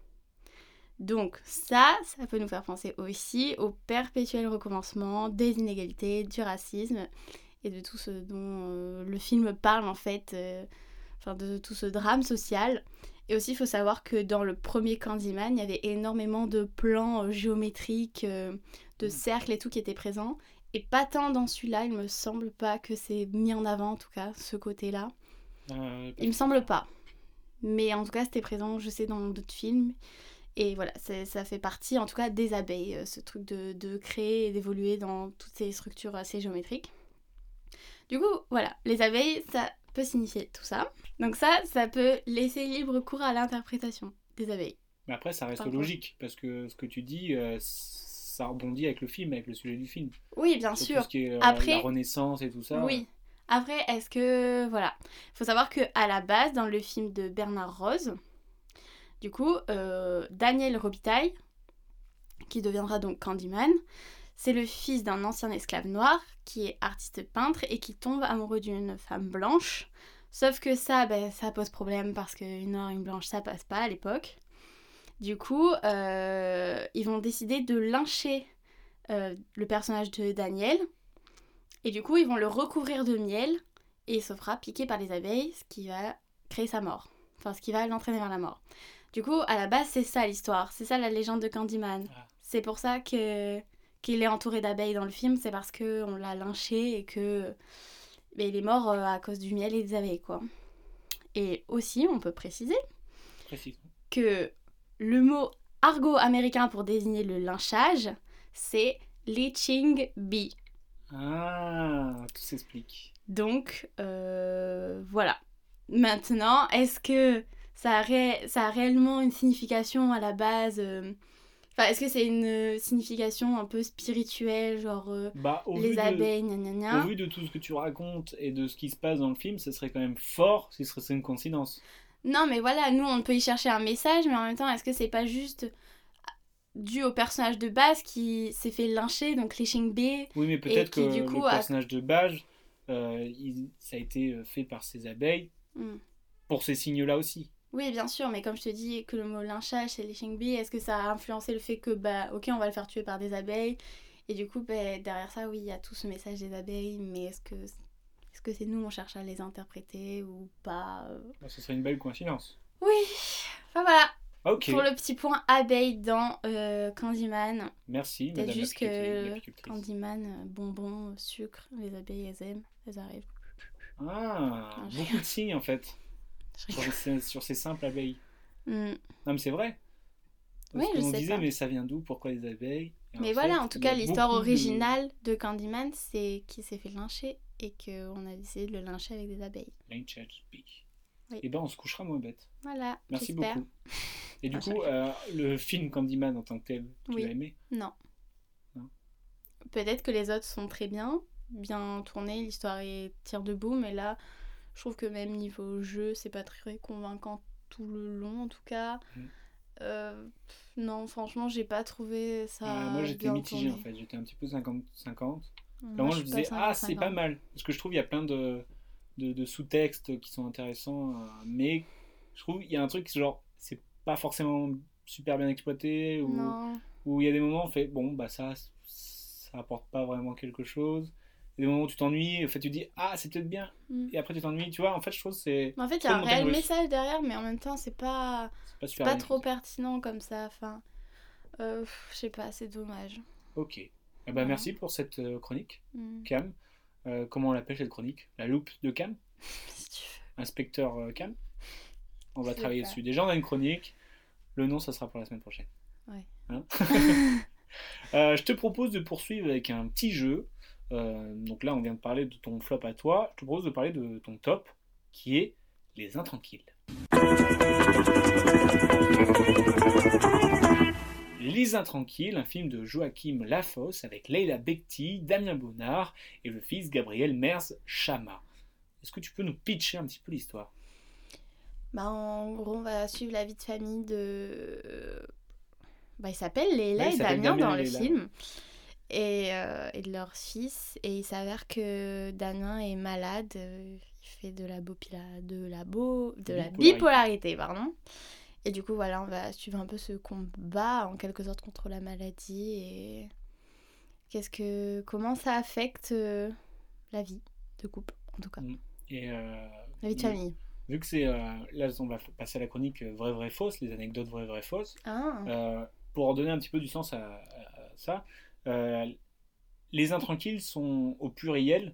Speaker 11: Donc ça, ça peut nous faire penser aussi au perpétuel recommencement des inégalités, du racisme et de tout ce dont euh, le film parle en fait, euh, enfin de tout ce drame social. Et aussi, il faut savoir que dans le premier Candyman, il y avait énormément de plans euh, géométriques, euh, de cercles et tout qui étaient présents. Et pas tant dans celui-là, il me semble pas que c'est mis en avant, en tout cas, ce côté-là.
Speaker 10: Euh,
Speaker 11: Il me semble pas. Mais en tout cas, c'était présent, je sais, dans d'autres films. Et voilà, c'est- ça fait partie, en tout cas, des abeilles, euh, ce truc de, de créer et d'évoluer dans toutes ces structures assez géométriques. Du coup, voilà, les abeilles, ça peut signifier tout ça. Donc ça, ça peut laisser libre cours à l'interprétation des abeilles.
Speaker 10: Mais après, ça reste
Speaker 11: Pardon.
Speaker 10: logique, parce que ce que tu dis, euh, ça rebondit avec le film, avec le sujet du film.
Speaker 11: Oui, bien
Speaker 10: Sur
Speaker 11: sûr.
Speaker 10: tout ce qui est, euh,
Speaker 11: Après-
Speaker 10: la Renaissance et tout ça.
Speaker 11: Oui. Après, est-ce que voilà, faut savoir que à la base, dans le film de Bernard Rose, du coup, euh, Daniel Robitaille, qui deviendra donc Candyman, c'est le fils d'un ancien esclave noir qui est artiste peintre et qui tombe amoureux d'une femme blanche. Sauf que ça, ben, ça pose problème parce qu'une noire, une blanche, ça passe pas à l'époque. Du coup, euh, ils vont décider de lyncher euh, le personnage de Daniel et du coup, ils vont le recouvrir de miel et il se fera piquer par les abeilles, ce qui va créer sa mort. Enfin, ce qui va l'entraîner vers la mort. Du coup, à la base, c'est ça l'histoire. C'est ça la légende de Candyman.
Speaker 10: Ah.
Speaker 11: C'est pour ça que qu'il est entouré d'abeilles dans le film. C'est parce que on l'a lynché et que ben, il est mort euh, à cause du miel et des abeilles, quoi. Et aussi, on peut préciser
Speaker 10: Précis.
Speaker 11: que le mot argot américain pour désigner le lynchage, c'est lynching bee.
Speaker 10: Ah, tout s'explique.
Speaker 11: Donc, euh, voilà. Maintenant, est-ce que ça a, ré- ça a réellement une signification à la base euh, Enfin, est-ce que c'est une euh, signification un peu spirituelle, genre euh,
Speaker 10: Bah, au vu
Speaker 11: les
Speaker 10: de-
Speaker 11: abeilles, gna gna gna
Speaker 10: Au vu de tout ce que tu racontes et de ce qui se passe dans le film, ce serait quand même fort si ce serait une coïncidence.
Speaker 11: Non, mais voilà, nous, on peut y chercher un message, mais en même temps, est-ce que c'est pas juste euh, dû au personnage de base qui s'est fait lyncher, donc lynching bee
Speaker 10: Oui, mais peut-être que
Speaker 11: qui, du coup,
Speaker 10: le
Speaker 11: a-
Speaker 10: personnage de Bage, euh, il- ça a été euh, fait par ces abeilles
Speaker 11: Hmm.
Speaker 10: pour ces signes-là aussi.
Speaker 11: Oui, bien sûr, mais comme je te dis que le mot lynchage, c'est lynching bee, est-ce que ça a influencé le fait que, bah, ok, on va le faire tuer par des abeilles Et du coup, bah, derrière ça, oui, il y a tout ce message des abeilles, mais est-ce que est-ce que c'est nous, on cherche à les interpréter ou pas euh
Speaker 10: Bah, ce serait une belle coïncidence.
Speaker 11: Oui Enfin voilà,
Speaker 10: Ok,
Speaker 11: pour le petit point abeille dans euh, Candyman.
Speaker 10: merci,
Speaker 11: Peut-être
Speaker 10: madame
Speaker 11: juste
Speaker 10: l'apicultrice-
Speaker 11: que
Speaker 10: l'apicultrice.
Speaker 11: Candyman, euh, bonbons, euh, sucre, les abeilles, elles aiment, elles arrivent.
Speaker 10: Ah,
Speaker 11: Non, je
Speaker 10: beaucoup de signes en fait,
Speaker 11: Je
Speaker 10: sur,
Speaker 11: rigole.
Speaker 10: les- sur ces simples abeilles.
Speaker 11: Hmm.
Speaker 10: Non, mais c'est vrai. Parce
Speaker 11: Oui,
Speaker 10: que
Speaker 11: je
Speaker 10: on
Speaker 11: sais
Speaker 10: disait,
Speaker 11: pas.
Speaker 10: mais ça vient d'où Pourquoi les abeilles Et
Speaker 11: Mais
Speaker 10: en
Speaker 11: voilà,
Speaker 10: fait,
Speaker 11: en tout
Speaker 10: il y a
Speaker 11: cas, l'histoire
Speaker 10: beaucoup de-
Speaker 11: originale de Candyman, c'est qui s'est fait lyncher et qu'on a décidé de le lyncher avec des abeilles.
Speaker 10: Lane Change Peak.
Speaker 11: Oui.
Speaker 10: Et ben on se couchera moins bête.
Speaker 11: Voilà.
Speaker 10: Merci
Speaker 11: j'espère.
Speaker 10: beaucoup. Et du
Speaker 11: Ah,
Speaker 10: coup, euh, le film Candyman en tant que tel, tu
Speaker 11: Oui.
Speaker 10: l'as aimé
Speaker 11: Non.
Speaker 10: Non.
Speaker 11: Peut-être que les autres sont très bien, bien tournés, l'histoire est tire debout, mais là, je trouve que même niveau jeu, c'est pas très convaincant tout le long en tout cas.
Speaker 10: Mhm.
Speaker 11: Euh, pff, non, franchement, j'ai pas trouvé ça.
Speaker 10: Euh, Moi j'étais
Speaker 11: bien
Speaker 10: mitigé en
Speaker 11: tourné. Mm,
Speaker 10: fait, j'étais un petit peu 50-50.
Speaker 11: Moi,
Speaker 10: Vraiment,
Speaker 11: suis
Speaker 10: je
Speaker 11: pas
Speaker 10: disais, ah, c'est
Speaker 11: 50-50.
Speaker 10: pas mal. Parce que je trouve il y a plein de, de, de sous-textes qui sont intéressants, euh, mais je trouve il y a un truc, genre, c'est pas forcément super bien exploité, ou
Speaker 11: Non,
Speaker 10: ou il y a des moments où on fait, bon, bah ça, ça apporte pas vraiment quelque chose. Il y a des moments où tu t'ennuies, en fait, tu dis, ah, c'est peut-être bien,
Speaker 11: Mm.
Speaker 10: et après tu t'ennuies, tu vois, en fait, je trouve que c'est
Speaker 11: Mais en fait, il y a
Speaker 10: Trop
Speaker 11: un
Speaker 10: montagne
Speaker 11: réel
Speaker 10: russe.
Speaker 11: message derrière, mais en même temps, c'est pas,
Speaker 10: c'est pas
Speaker 11: c'est
Speaker 10: super
Speaker 11: pas
Speaker 10: bien
Speaker 11: trop
Speaker 10: exploité.
Speaker 11: pertinent comme ça. Enfin, euh, pff, je sais pas, c'est dommage.
Speaker 10: Ok. Eh ben, merci pour cette euh, chronique,
Speaker 11: Mm.
Speaker 10: Cam. Euh, comment on l'appelle cette chronique La loupe de Cam
Speaker 11: Si tu veux.
Speaker 10: inspecteur euh, Cam. On va
Speaker 11: Je sais
Speaker 10: travailler
Speaker 11: pas.
Speaker 10: dessus. Déjà, on a une chronique. Le nom, ça sera pour la semaine prochaine.
Speaker 11: Ouais.
Speaker 10: Hein [LAUGHS] Euh, je te propose de poursuivre avec un petit jeu. Euh, donc là, on vient de parler de ton flop à toi. Je te propose de parler de ton top, qui est Les Intranquilles. Les Intranquilles, un film de Joachim Lafosse avec Leila Bekti, Damien Bonnard et le fils Gabriel Merz-Chama. Est-ce que tu peux nous pitcher un petit peu l'histoire
Speaker 11: Bah, en gros, on va suivre la vie de famille de. euh, Bah, il s'appelle Leila
Speaker 10: Ouais, il
Speaker 11: et
Speaker 10: s'appelle
Speaker 11: Damien,
Speaker 10: Damien
Speaker 11: dans
Speaker 10: et
Speaker 11: le
Speaker 10: Leila.
Speaker 11: film. Et, euh, et de leur fils. Et il s'avère que Damien est malade. euh, Il fait de la, bopila- de la, bo- de la
Speaker 10: Bipolarité.
Speaker 11: bipolarité. pardon. Et du coup, voilà, on va suivre un peu ce combat en quelque sorte contre la maladie. Et qu'est-ce que. Comment ça affecte euh, la vie de couple, en tout cas.
Speaker 10: Et euh,
Speaker 11: La vie de
Speaker 10: vu-
Speaker 11: famille.
Speaker 10: Vu que c'est. euh, là, on va f- passer à la chronique euh, vraie, vraie, fausse, les anecdotes vraies, vraies, fausses.
Speaker 11: Ah,
Speaker 10: Euh, pour donner un petit peu du sens à, à- à ça, euh, les intranquilles sont au pluriel,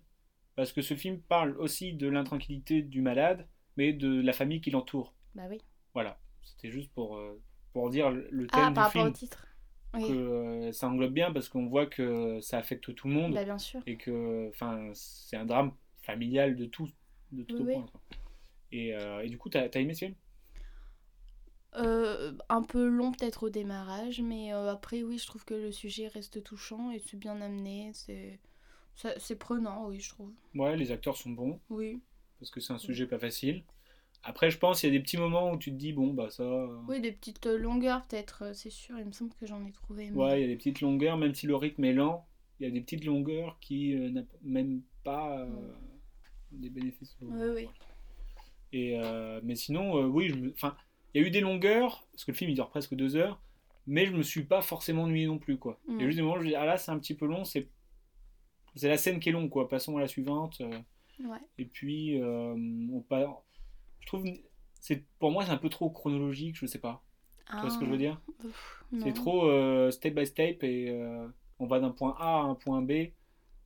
Speaker 10: parce que ce film parle aussi de l'intranquillité du malade, mais de la famille qui l'entoure.
Speaker 11: bah oui.
Speaker 10: Voilà. C'était juste pour, euh, pour dire le le thème
Speaker 11: Ah, par
Speaker 10: du
Speaker 11: rapport au
Speaker 10: film.
Speaker 11: titre.
Speaker 10: Que,
Speaker 11: Oui,
Speaker 10: euh, ça englobe bien parce qu'on voit que ça affecte tout le monde.
Speaker 11: bah bien sûr.
Speaker 10: et que enfin c'est un drame familial de tout de tout
Speaker 11: Oui,
Speaker 10: au
Speaker 11: oui.
Speaker 10: point quoi. Et, euh, et du coup t'as as aimé ce film
Speaker 11: Euh, un peu long peut-être au démarrage, mais euh, après oui, je trouve que le sujet reste touchant et c'est bien amené, c'est ça- c'est prenant, oui, je trouve.
Speaker 10: ouais les acteurs sont bons
Speaker 11: Oui,
Speaker 10: parce que
Speaker 11: Mm.
Speaker 10: c'est un sujet pas facile après je pense il y a des petits moments où tu te dis bon bah ça euh,
Speaker 11: oui, des petites euh, longueurs peut-être, euh, c'est sûr, il me semble que j'en ai trouvé. mais-
Speaker 10: ouais il y a des petites longueurs même si le rythme est lent il y a des petites longueurs qui euh, n'a même pas euh,
Speaker 11: Mm.
Speaker 10: des bénéfices au-
Speaker 11: Oui, oui.
Speaker 10: et euh, mais sinon euh, oui je me- enfin il y a eu des longueurs parce que le film il dure presque deux heures mais je me suis pas forcément ennuyé non plus quoi il y a
Speaker 11: Mm.
Speaker 10: juste des moments où je dis ah là c'est un petit peu long c'est c'est la scène qui est longue quoi passons à la suivante euh,
Speaker 11: Ouais.
Speaker 10: et puis euh, on part je trouve c'est pour moi c'est un peu trop chronologique je sais pas tu vois ce que je veux dire
Speaker 11: Ah, pff,
Speaker 10: c'est
Speaker 11: non.
Speaker 10: trop euh, step by step et euh, on va d'un point A à un point B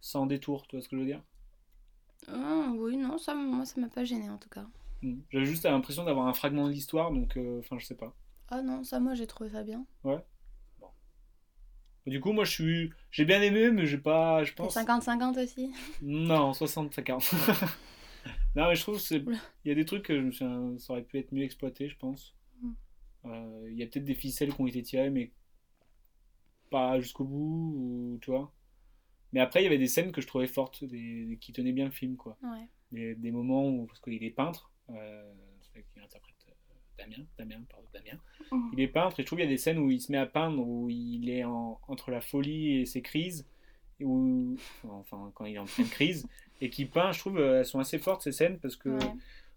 Speaker 10: sans détour tu vois ce que je veux dire
Speaker 11: Ah, oui, non, ça moi ça m'a pas gêné en tout cas.
Speaker 10: Mm. j'avais juste l'impression d'avoir un fragment de l'histoire donc euh, enfin je sais pas
Speaker 11: Ah non, ça moi j'ai trouvé ça bien.
Speaker 10: Du coup, moi, je suis, j'ai bien aimé, mais j'ai pas, je
Speaker 11: Et
Speaker 10: pense.
Speaker 11: 50-50 aussi.
Speaker 10: Non, 60 40. [LAUGHS] non, mais je trouve que c'est-
Speaker 11: Oula.
Speaker 10: il y a des trucs que je me suis- ça aurait pu être mieux exploité, je pense.
Speaker 11: Mm.
Speaker 10: Euh, Il y a peut-être des ficelles qui ont été tirées, mais pas jusqu'au bout, ou tu vois. Mais après, il y avait des scènes que je trouvais fortes, des... qui tenaient bien le film, quoi.
Speaker 11: Ouais.
Speaker 10: Des, des moments où, parce qu'il est peintre, euh, c'est vrai qu'il interprète euh, Damien, Damien, pardon, Damien. Il est peintre et je trouve qu'il y a des scènes où il se met à peindre, où il est en- entre la folie et ses crises, et où, enfin quand il est en pleine crise, et qui peint, je trouve, euh, elles sont assez fortes ces scènes parce que
Speaker 11: Ouais.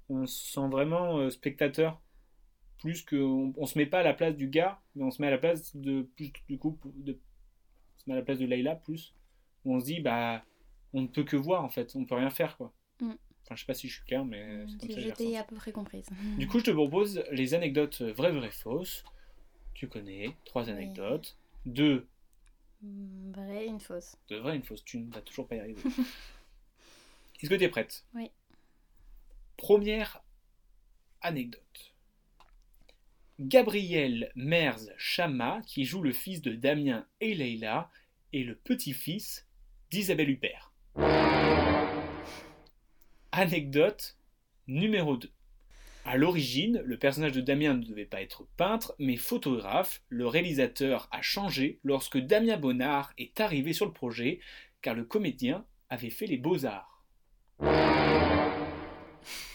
Speaker 10: on se sent vraiment euh, spectateur, plus que on, on se met pas à la place du gars, mais on se met à la place de plus du coup de, on se met à la place de Layla plus, où on se dit bah on ne peut que voir en fait, on peut rien faire quoi.
Speaker 11: Mm.
Speaker 10: Enfin je sais pas si je suis clair, mais euh, c'est comme ça. que j'ai
Speaker 11: Je
Speaker 10: ressenti.
Speaker 11: t'ai à peu près comprise.
Speaker 10: Du coup, je te propose les anecdotes vraies, vraies, fausses. Tu connais trois
Speaker 11: Oui.
Speaker 10: anecdotes. Deux
Speaker 11: Mm, Vrai, une fausse.
Speaker 10: de vraies, une fausse. Tu ne vas toujours pas y arriver. Est-ce que tu es prête
Speaker 11: Oui.
Speaker 10: Première anecdote. Gabriel Merz Chama, qui joue le fils de Damien et Leila, est le petit-fils d'Isabelle Huppert. Anecdote numéro 2. À l'origine, le personnage de Damien ne devait pas être peintre, mais photographe. Le réalisateur a changé lorsque Damien Bonnard est arrivé sur le projet, car le comédien avait fait les beaux-arts.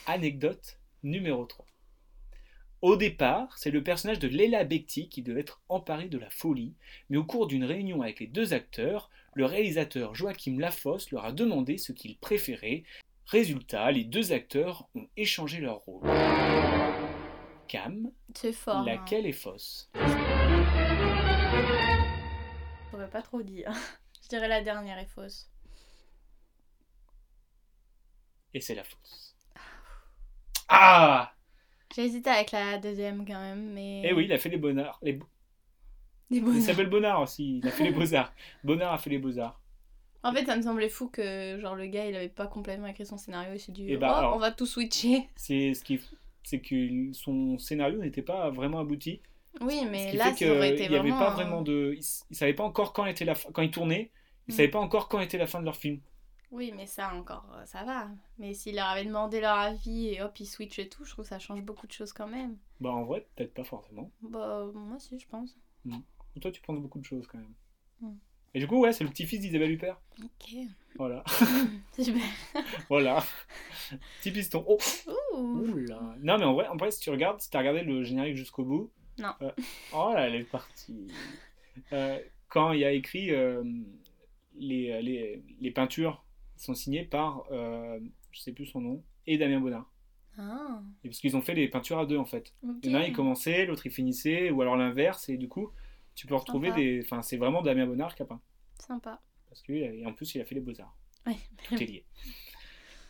Speaker 10: Anecdote numéro 3. Au départ, c'est le personnage de Leila Bekti qui devait être emparé de la folie, mais au cours d'une réunion avec les deux acteurs, le réalisateur Joachim Lafosse leur a demandé ce qu'ils préféraient. Résultat, les deux acteurs ont échangé leur rôle. Cam,
Speaker 11: C'est fort. hein.
Speaker 10: laquelle est fausse
Speaker 11: Je pourrais pas trop dire. [LAUGHS] Je dirais la dernière est fausse.
Speaker 10: Et c'est la fausse. Ah
Speaker 11: J'ai hésité avec la deuxième quand même, mais.
Speaker 10: Eh oui, il a fait les bonards. Les... beaux-
Speaker 11: [LAUGHS] Des beaux-
Speaker 10: Il s'appelle Bonnard aussi, il a
Speaker 11: [LAUGHS]
Speaker 10: fait les beaux-arts. Bonnard a fait les beaux-arts.
Speaker 11: En fait, ça me semblait fou que genre le gars il avait pas complètement écrit son scénario. Il s'est dit,
Speaker 10: Eh bah,
Speaker 11: oh,
Speaker 10: alors-
Speaker 11: on va tout switcher. [LAUGHS]
Speaker 10: C'est ce qui c'est que son scénario n'était pas vraiment abouti.
Speaker 11: Oui,
Speaker 10: Ce
Speaker 11: mais
Speaker 10: qui
Speaker 11: là,
Speaker 10: fait
Speaker 11: ça aurait été
Speaker 10: il n'y avait
Speaker 11: vraiment.
Speaker 10: pas
Speaker 11: un-
Speaker 10: vraiment de. Ils s- ils savaient pas encore quand était la fin- quand ils tournaient. Ils
Speaker 11: Mm.
Speaker 10: savaient pas encore quand était la fin de leur film.
Speaker 11: euh, Oui, mais ça encore, euh, ça va. Mais s'il leur avait demandé leur avis et hop, ils switchent et tout, je trouve que ça change beaucoup de choses quand même.
Speaker 10: Bah en vrai peut-être pas forcément.
Speaker 11: Bah, moi aussi, je pense.
Speaker 10: Mais Toi tu penses beaucoup de choses quand même.
Speaker 11: Mm.
Speaker 10: Et du coup ouais c'est le petit-fils d'Isabelle Huppert.
Speaker 11: Ok. [LAUGHS]
Speaker 10: Voilà [LAUGHS]
Speaker 11: Super.
Speaker 10: voilà. Petit piston. Oh
Speaker 11: Ouh.
Speaker 10: oula. Non mais en vrai en vrai si tu regardes si t'as regardé le générique jusqu'au bout.
Speaker 11: Non.
Speaker 10: euh, oh là elle est
Speaker 11: [LAUGHS]
Speaker 10: partie. Euh, quand il y a écrit euh, les, euh, les les peintures sont signées par euh, je sais plus son nom et Damien Bonnard.
Speaker 11: Ah,
Speaker 10: Et parce qu'ils ont fait les peintures à deux en fait.
Speaker 11: ok.
Speaker 10: Il y en a un, il commençait, l'autre, il finissait, ou alors l'inverse, et du coup, tu peux retrouver
Speaker 11: Sympa.
Speaker 10: des. Enfin, c'est vraiment Damien Bonnard qui a peint.
Speaker 11: Sympa.
Speaker 10: Parce que, et en plus, il a fait les beaux-arts.
Speaker 11: Oui.
Speaker 10: Tout est lié.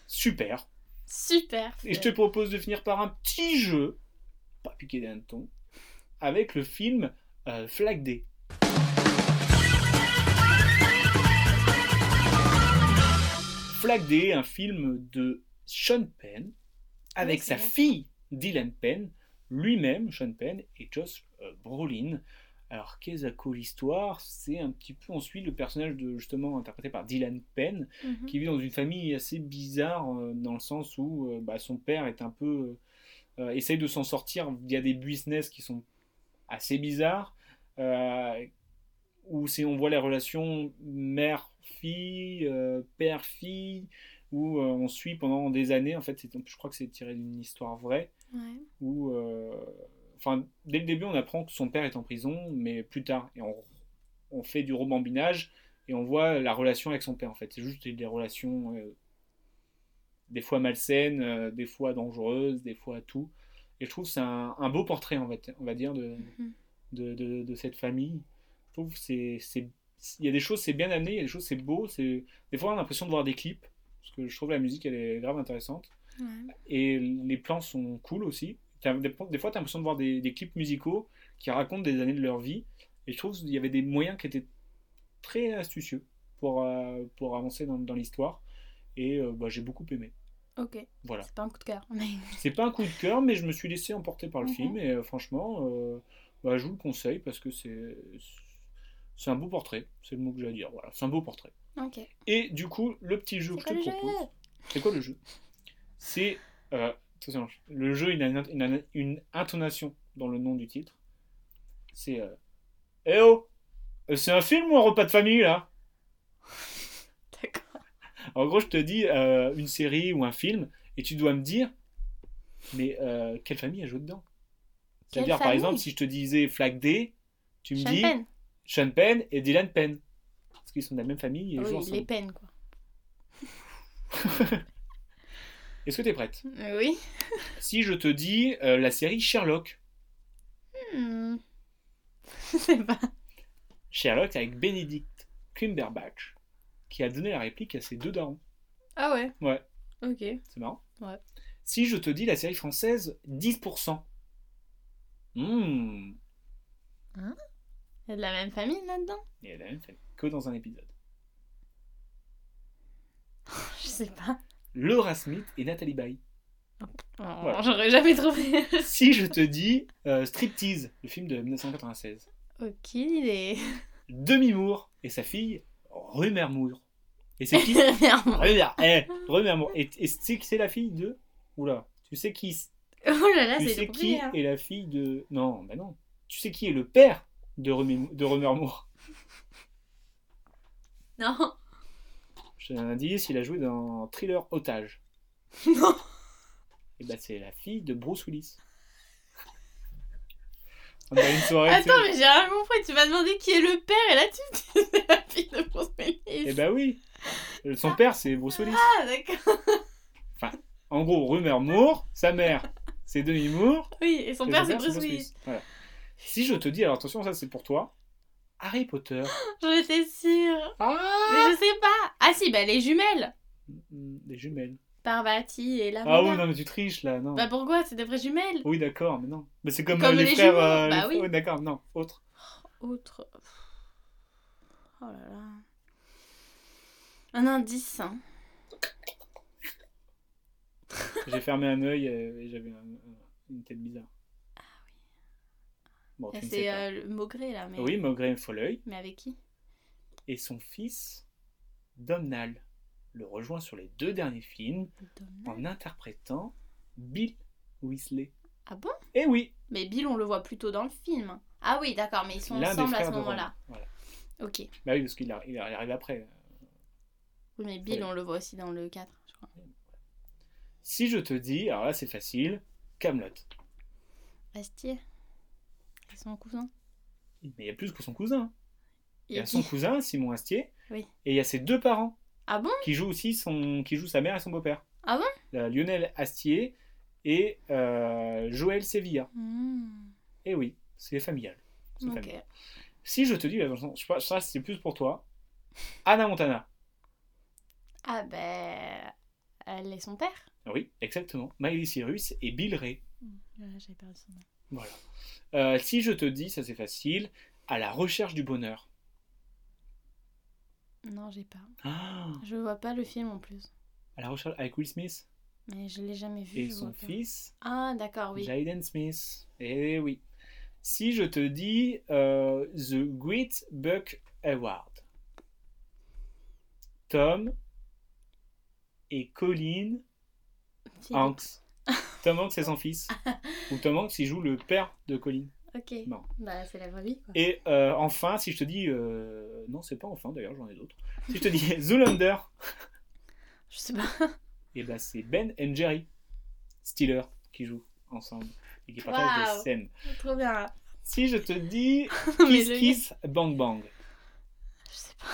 Speaker 10: Super.
Speaker 11: Super.
Speaker 10: Et je te propose de finir par un petit jeu, pas piqué d'un ton, avec le film euh, Flag Day. Flag Day, un film de Sean Penn, avec
Speaker 11: Oui, c'est
Speaker 10: sa
Speaker 11: vrai.
Speaker 10: fille Dylan Penn, lui-même Sean Penn et Josh euh, Brolin. Alors, qu'est-ce que l'histoire C'est un petit peu, on suit le personnage de, justement interprété par Dylan Penn,
Speaker 11: Mhm.
Speaker 10: qui vit dans une famille assez bizarre euh, dans le sens où euh, bah, son père est un peu euh, euh, essaye de s'en sortir via des business qui sont assez bizarres euh, où c'est on voit les relations mère fille père fille où euh, on suit pendant des années en fait c'est- je crois que c'est tiré d'une histoire vraie
Speaker 11: Ouais.
Speaker 10: où euh, enfin dès le début on apprend que son père est en prison mais plus tard et on, on fait du rebambinage et on voit la relation avec son père en fait c'est juste des- des relations euh, des fois malsaines euh, des fois dangereuses des fois tout et je trouve que c'est un, un beau portrait on va, t- on va dire de,
Speaker 11: Mhm.
Speaker 10: de, de- de cette famille je trouve que c'est c'est- il y a des choses c'est bien amené il y a des choses c'est beau c'est des fois on a l'impression de voir des clips parce que je trouve la musique elle est grave intéressante
Speaker 11: Ouais.
Speaker 10: et les plans sont cool aussi. T'as- Des, des fois, tu as l'impression de voir des, des clips musicaux qui racontent des années de leur vie. Et je trouve qu'il y avait des moyens qui étaient très astucieux pour, euh, pour avancer dans, dans l'histoire. Et euh, bah, j'ai beaucoup aimé.
Speaker 11: Ok.
Speaker 10: Voilà.
Speaker 11: C'est pas un coup de cœur. Mais... [LAUGHS]
Speaker 10: C'est pas un coup de cœur, mais je me suis laissé emporter par le
Speaker 11: Mhm.
Speaker 10: film. Et euh, franchement, euh, bah, je vous le conseille parce que c'est c'est un beau portrait. C'est le mot que j'ai à dire. Voilà, c'est un beau portrait.
Speaker 11: Ok.
Speaker 10: Et du coup, le petit jeu
Speaker 11: C'est
Speaker 10: que je
Speaker 11: quoi
Speaker 10: te
Speaker 11: le
Speaker 10: propose.
Speaker 11: jeu
Speaker 10: C'est quoi le jeu C'est. euh, attention, le jeu, il a une, une- une intonation dans le nom du titre. C'est. euh, eh oh Euh, C'est un film ou un repas de famille là
Speaker 11: D'accord.
Speaker 10: En gros, je te dis euh, une série ou un film et tu dois me dire. Mais euh, quelle famille a joué dedans C'est-à-dire, par
Speaker 11: famille
Speaker 10: exemple, si je te disais Flag Day, tu me
Speaker 11: Sean
Speaker 10: dis
Speaker 11: Penn.
Speaker 10: Sean Penn et Dylan Penn. Parce qu'ils sont de la même famille et ils jouent
Speaker 11: Oui,
Speaker 10: ensemble.
Speaker 11: les peines quoi.
Speaker 10: Est-ce que t'es prête
Speaker 11: Oui.
Speaker 10: Si je te dis euh, la série Sherlock.
Speaker 11: Hmm. [LAUGHS] Je sais pas.
Speaker 10: Sherlock avec Benedict Cumberbatch, qui a donné la réplique à ses deux darons.
Speaker 11: Ah ouais.
Speaker 10: Ouais.
Speaker 11: Ok.
Speaker 10: C'est marrant.
Speaker 11: Ouais.
Speaker 10: Si je te dis la série française 10%. Hmm.
Speaker 11: Il y a de la même famille là-dedans
Speaker 10: Et elle a même fait que dans un épisode.
Speaker 11: Je sais pas.
Speaker 10: Laura Smith et Nathalie Baye.
Speaker 11: Oh,
Speaker 10: Voilà.
Speaker 11: J'aurais jamais trouvé. [LAUGHS]
Speaker 10: si je te dis euh, Striptease, le film de 1996.
Speaker 11: Aucune idée.
Speaker 10: [LAUGHS] Demi Moore et sa fille Rumeur Moore. Et
Speaker 11: [LAUGHS]
Speaker 10: c'est qui
Speaker 11: Clairement.
Speaker 10: Regarde, eh, regarde, bon. Et et tu sais qui c'est la fille de Oula, tu sais qui
Speaker 11: Oh là là,
Speaker 10: Tu
Speaker 11: c'est
Speaker 10: sais qui
Speaker 11: compliqué. hein.
Speaker 10: est la fille de Non, bah non. Tu sais qui est le père de Remé- de Romer Moore
Speaker 11: Non.
Speaker 10: Je te donne un indice, il a joué dans Thriller Otage.
Speaker 11: [LAUGHS] Non.
Speaker 10: Et bah c'est la fille de Bruce Willis. On a une soirée. tu sais.
Speaker 11: Attends, mais j'ai rien compris. Tu m'as demandé qui est le père et là tu me dis [LAUGHS] c'est la fille de Bruce Willis.
Speaker 10: Eh bah oui. Euh, Son père c'est Bruce Willis.
Speaker 11: Ah d'accord.
Speaker 10: En gros, Rumeur Moore, sa mère, c'est Demi Moore.
Speaker 11: Oui, et son
Speaker 10: et
Speaker 11: père c'est Bruce Willis.
Speaker 10: Voilà. Si je te dis, alors attention, ça c'est pour toi, Harry
Speaker 11: [GASPS]
Speaker 10: Potter.
Speaker 11: J'en étais sûre.
Speaker 10: Ah
Speaker 11: Mais je sais pas. Ah si, bah les jumelles.
Speaker 10: Des jumelles.
Speaker 11: Parvati et la
Speaker 10: Ah oui, non, mais tu triches là, non.
Speaker 11: Bah pourquoi C'est des vraies jumelles.
Speaker 10: Oui, d'accord, mais non. Mais c'est comme,
Speaker 11: Comme
Speaker 10: euh, les,
Speaker 11: les
Speaker 10: frères.
Speaker 11: jumeaux,
Speaker 10: euh,
Speaker 11: bah
Speaker 10: les-
Speaker 11: oui.
Speaker 10: oh, d'accord, non, autre.
Speaker 11: Autre. Oh là là. Un indice. hein.
Speaker 10: J'ai fermé un œil euh, et j'avais un- un- une tête bizarre. Bon, tu ne sais
Speaker 11: C'est
Speaker 10: pas.
Speaker 11: euh, le maugré là. Mais...
Speaker 10: Oui, Maugrey Folleuil
Speaker 11: Mais avec qui
Speaker 10: et son fils, Domnall, le rejoint sur les deux derniers films en interprétant Bill Weasley.
Speaker 11: Ah bon
Speaker 10: Eh oui,
Speaker 11: Mais Bill, on le voit plutôt dans le film. Ah oui, d'accord, mais ils sont
Speaker 10: l'un des
Speaker 11: ensemble à
Speaker 10: frères
Speaker 11: ce
Speaker 10: de Ron.
Speaker 11: moment-là.
Speaker 10: Voilà.
Speaker 11: Ok. Oui,
Speaker 10: Bah oui, parce qu'il arri- il arrive après.
Speaker 11: mais Bill,
Speaker 10: Oui.
Speaker 11: on le voit aussi dans le 4, je crois.
Speaker 10: Si je te dis, alors là c'est facile, Camelot.
Speaker 11: Bastille C'est son cousin.
Speaker 10: Mais il y a plus que son cousin. Il y a
Speaker 11: qui
Speaker 10: son cousin, Simon Astier,
Speaker 11: Oui.
Speaker 10: et il y a ses deux parents
Speaker 11: Ah bon
Speaker 10: qui jouent aussi son, qui jouent sa mère et son beau-père.
Speaker 11: Ah
Speaker 10: Euh, Lionel Astier et euh, Joël Sevilla.
Speaker 11: Hmm,
Speaker 10: Eh oui, c'est familial. C'est
Speaker 11: Ok.
Speaker 10: familial. Si je te dis, attention, je sais pas, ça c'est plus pour toi. Anna Montana.
Speaker 11: Ah ben. Elle est son père
Speaker 10: Oui, exactement. Miley Cyrus et Bill Ray.
Speaker 11: J'ai perdu son nom.
Speaker 10: Euh, si je te dis, ça c'est facile, à la recherche du bonheur.
Speaker 11: Non, j'ai pas.
Speaker 10: Ah,
Speaker 11: Je vois pas le film en plus.
Speaker 10: à la recherche avec Will Smith
Speaker 11: Mais je l'ai jamais vu.
Speaker 10: et
Speaker 11: je vois
Speaker 10: son
Speaker 11: pas.
Speaker 10: fils.
Speaker 11: Ah d'accord, oui.
Speaker 10: Jaden Smith. Eh oui. Si je te dis euh, The Great Buck Award. Tom et Colin
Speaker 11: Si.
Speaker 10: Hanks. Tom Hanks et son
Speaker 11: [LAUGHS]
Speaker 10: fils. Ou Tom Hanks, il joue le père de Colin.
Speaker 11: Ok.
Speaker 10: Non.
Speaker 11: Bah c'est la vraie vie quoi.
Speaker 10: Et euh, enfin, si je te dis. euh, Non, c'est pas enfin d'ailleurs, j'en ai d'autres. Si je te dis [LAUGHS] Zoolander,
Speaker 11: Je sais pas.
Speaker 10: et ben c'est Ben et Jerry Stiller qui jouent ensemble et qui partagent
Speaker 11: Waouh.
Speaker 10: des scènes.
Speaker 11: [LAUGHS] Trop bien.
Speaker 10: Si je te
Speaker 11: [LAUGHS]
Speaker 10: dis
Speaker 11: Mais
Speaker 10: Kiss
Speaker 11: le-
Speaker 10: Kiss Bang Bang.
Speaker 11: Je sais pas.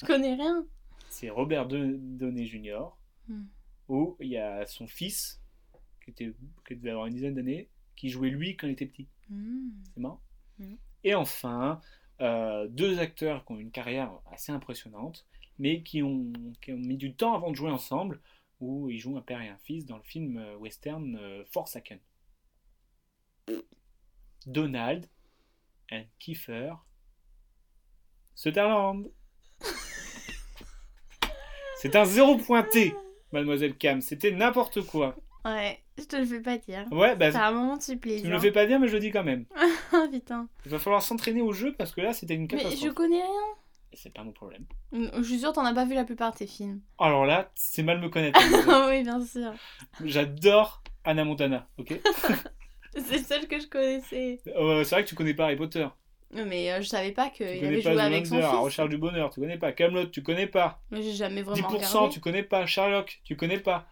Speaker 11: Je connais rien.
Speaker 10: c'est Robert De- Downey Jr.
Speaker 11: Hmm.
Speaker 10: où il y a son fils qui était qui devait avoir une dizaine d'années qui jouait lui quand il était petit.
Speaker 11: Hmm.
Speaker 10: C'est marrant.
Speaker 11: Mhm.
Speaker 10: Et enfin, euh, deux acteurs qui ont une carrière assez impressionnante, mais qui ont, qui ont mis du temps avant de jouer ensemble, où ils jouent un père et un fils dans le film euh, western euh, Forsaken. Donald and Kiefer Sutherland. C'est un zéro pointé, mademoiselle Cam. C'était n'importe quoi.
Speaker 11: Ouais, je te le fais pas dire.
Speaker 10: Ouais, bah,
Speaker 11: C'est un moment de
Speaker 10: tu
Speaker 11: supplice.
Speaker 10: me
Speaker 11: hein.
Speaker 10: le fais pas dire, mais je le dis quand même.
Speaker 11: Ah, [LAUGHS] putain.
Speaker 10: Il va falloir s'entraîner au jeu parce que là, c'était une
Speaker 11: Mais
Speaker 10: catastrophe.
Speaker 11: je connais rien. Hum,
Speaker 10: Et C'est pas mon problème.
Speaker 11: Je suis sûre, t'en as pas vu la plupart de tes films.
Speaker 10: Alors là, c'est mal me connaître.
Speaker 11: [LAUGHS]
Speaker 10: Anna.
Speaker 11: Ah oui, bien sûr.
Speaker 10: J'adore Anna Montana, ok
Speaker 11: C'est le seul que je connaissais.
Speaker 10: Euh, C'est vrai que tu connais pas Harry Potter.
Speaker 11: Mais euh, je savais pas
Speaker 10: Tu
Speaker 11: qu'il
Speaker 10: connais
Speaker 11: avait
Speaker 10: pas
Speaker 11: joué
Speaker 10: The
Speaker 11: avec son
Speaker 10: Wonder,
Speaker 11: fils.
Speaker 10: à Recherche du Bonheur, tu connais pas. Camelot, tu connais pas.
Speaker 11: Mais j'ai jamais vraiment
Speaker 10: 10%,
Speaker 11: regardé.
Speaker 10: tu connais pas. Sherlock, tu connais pas.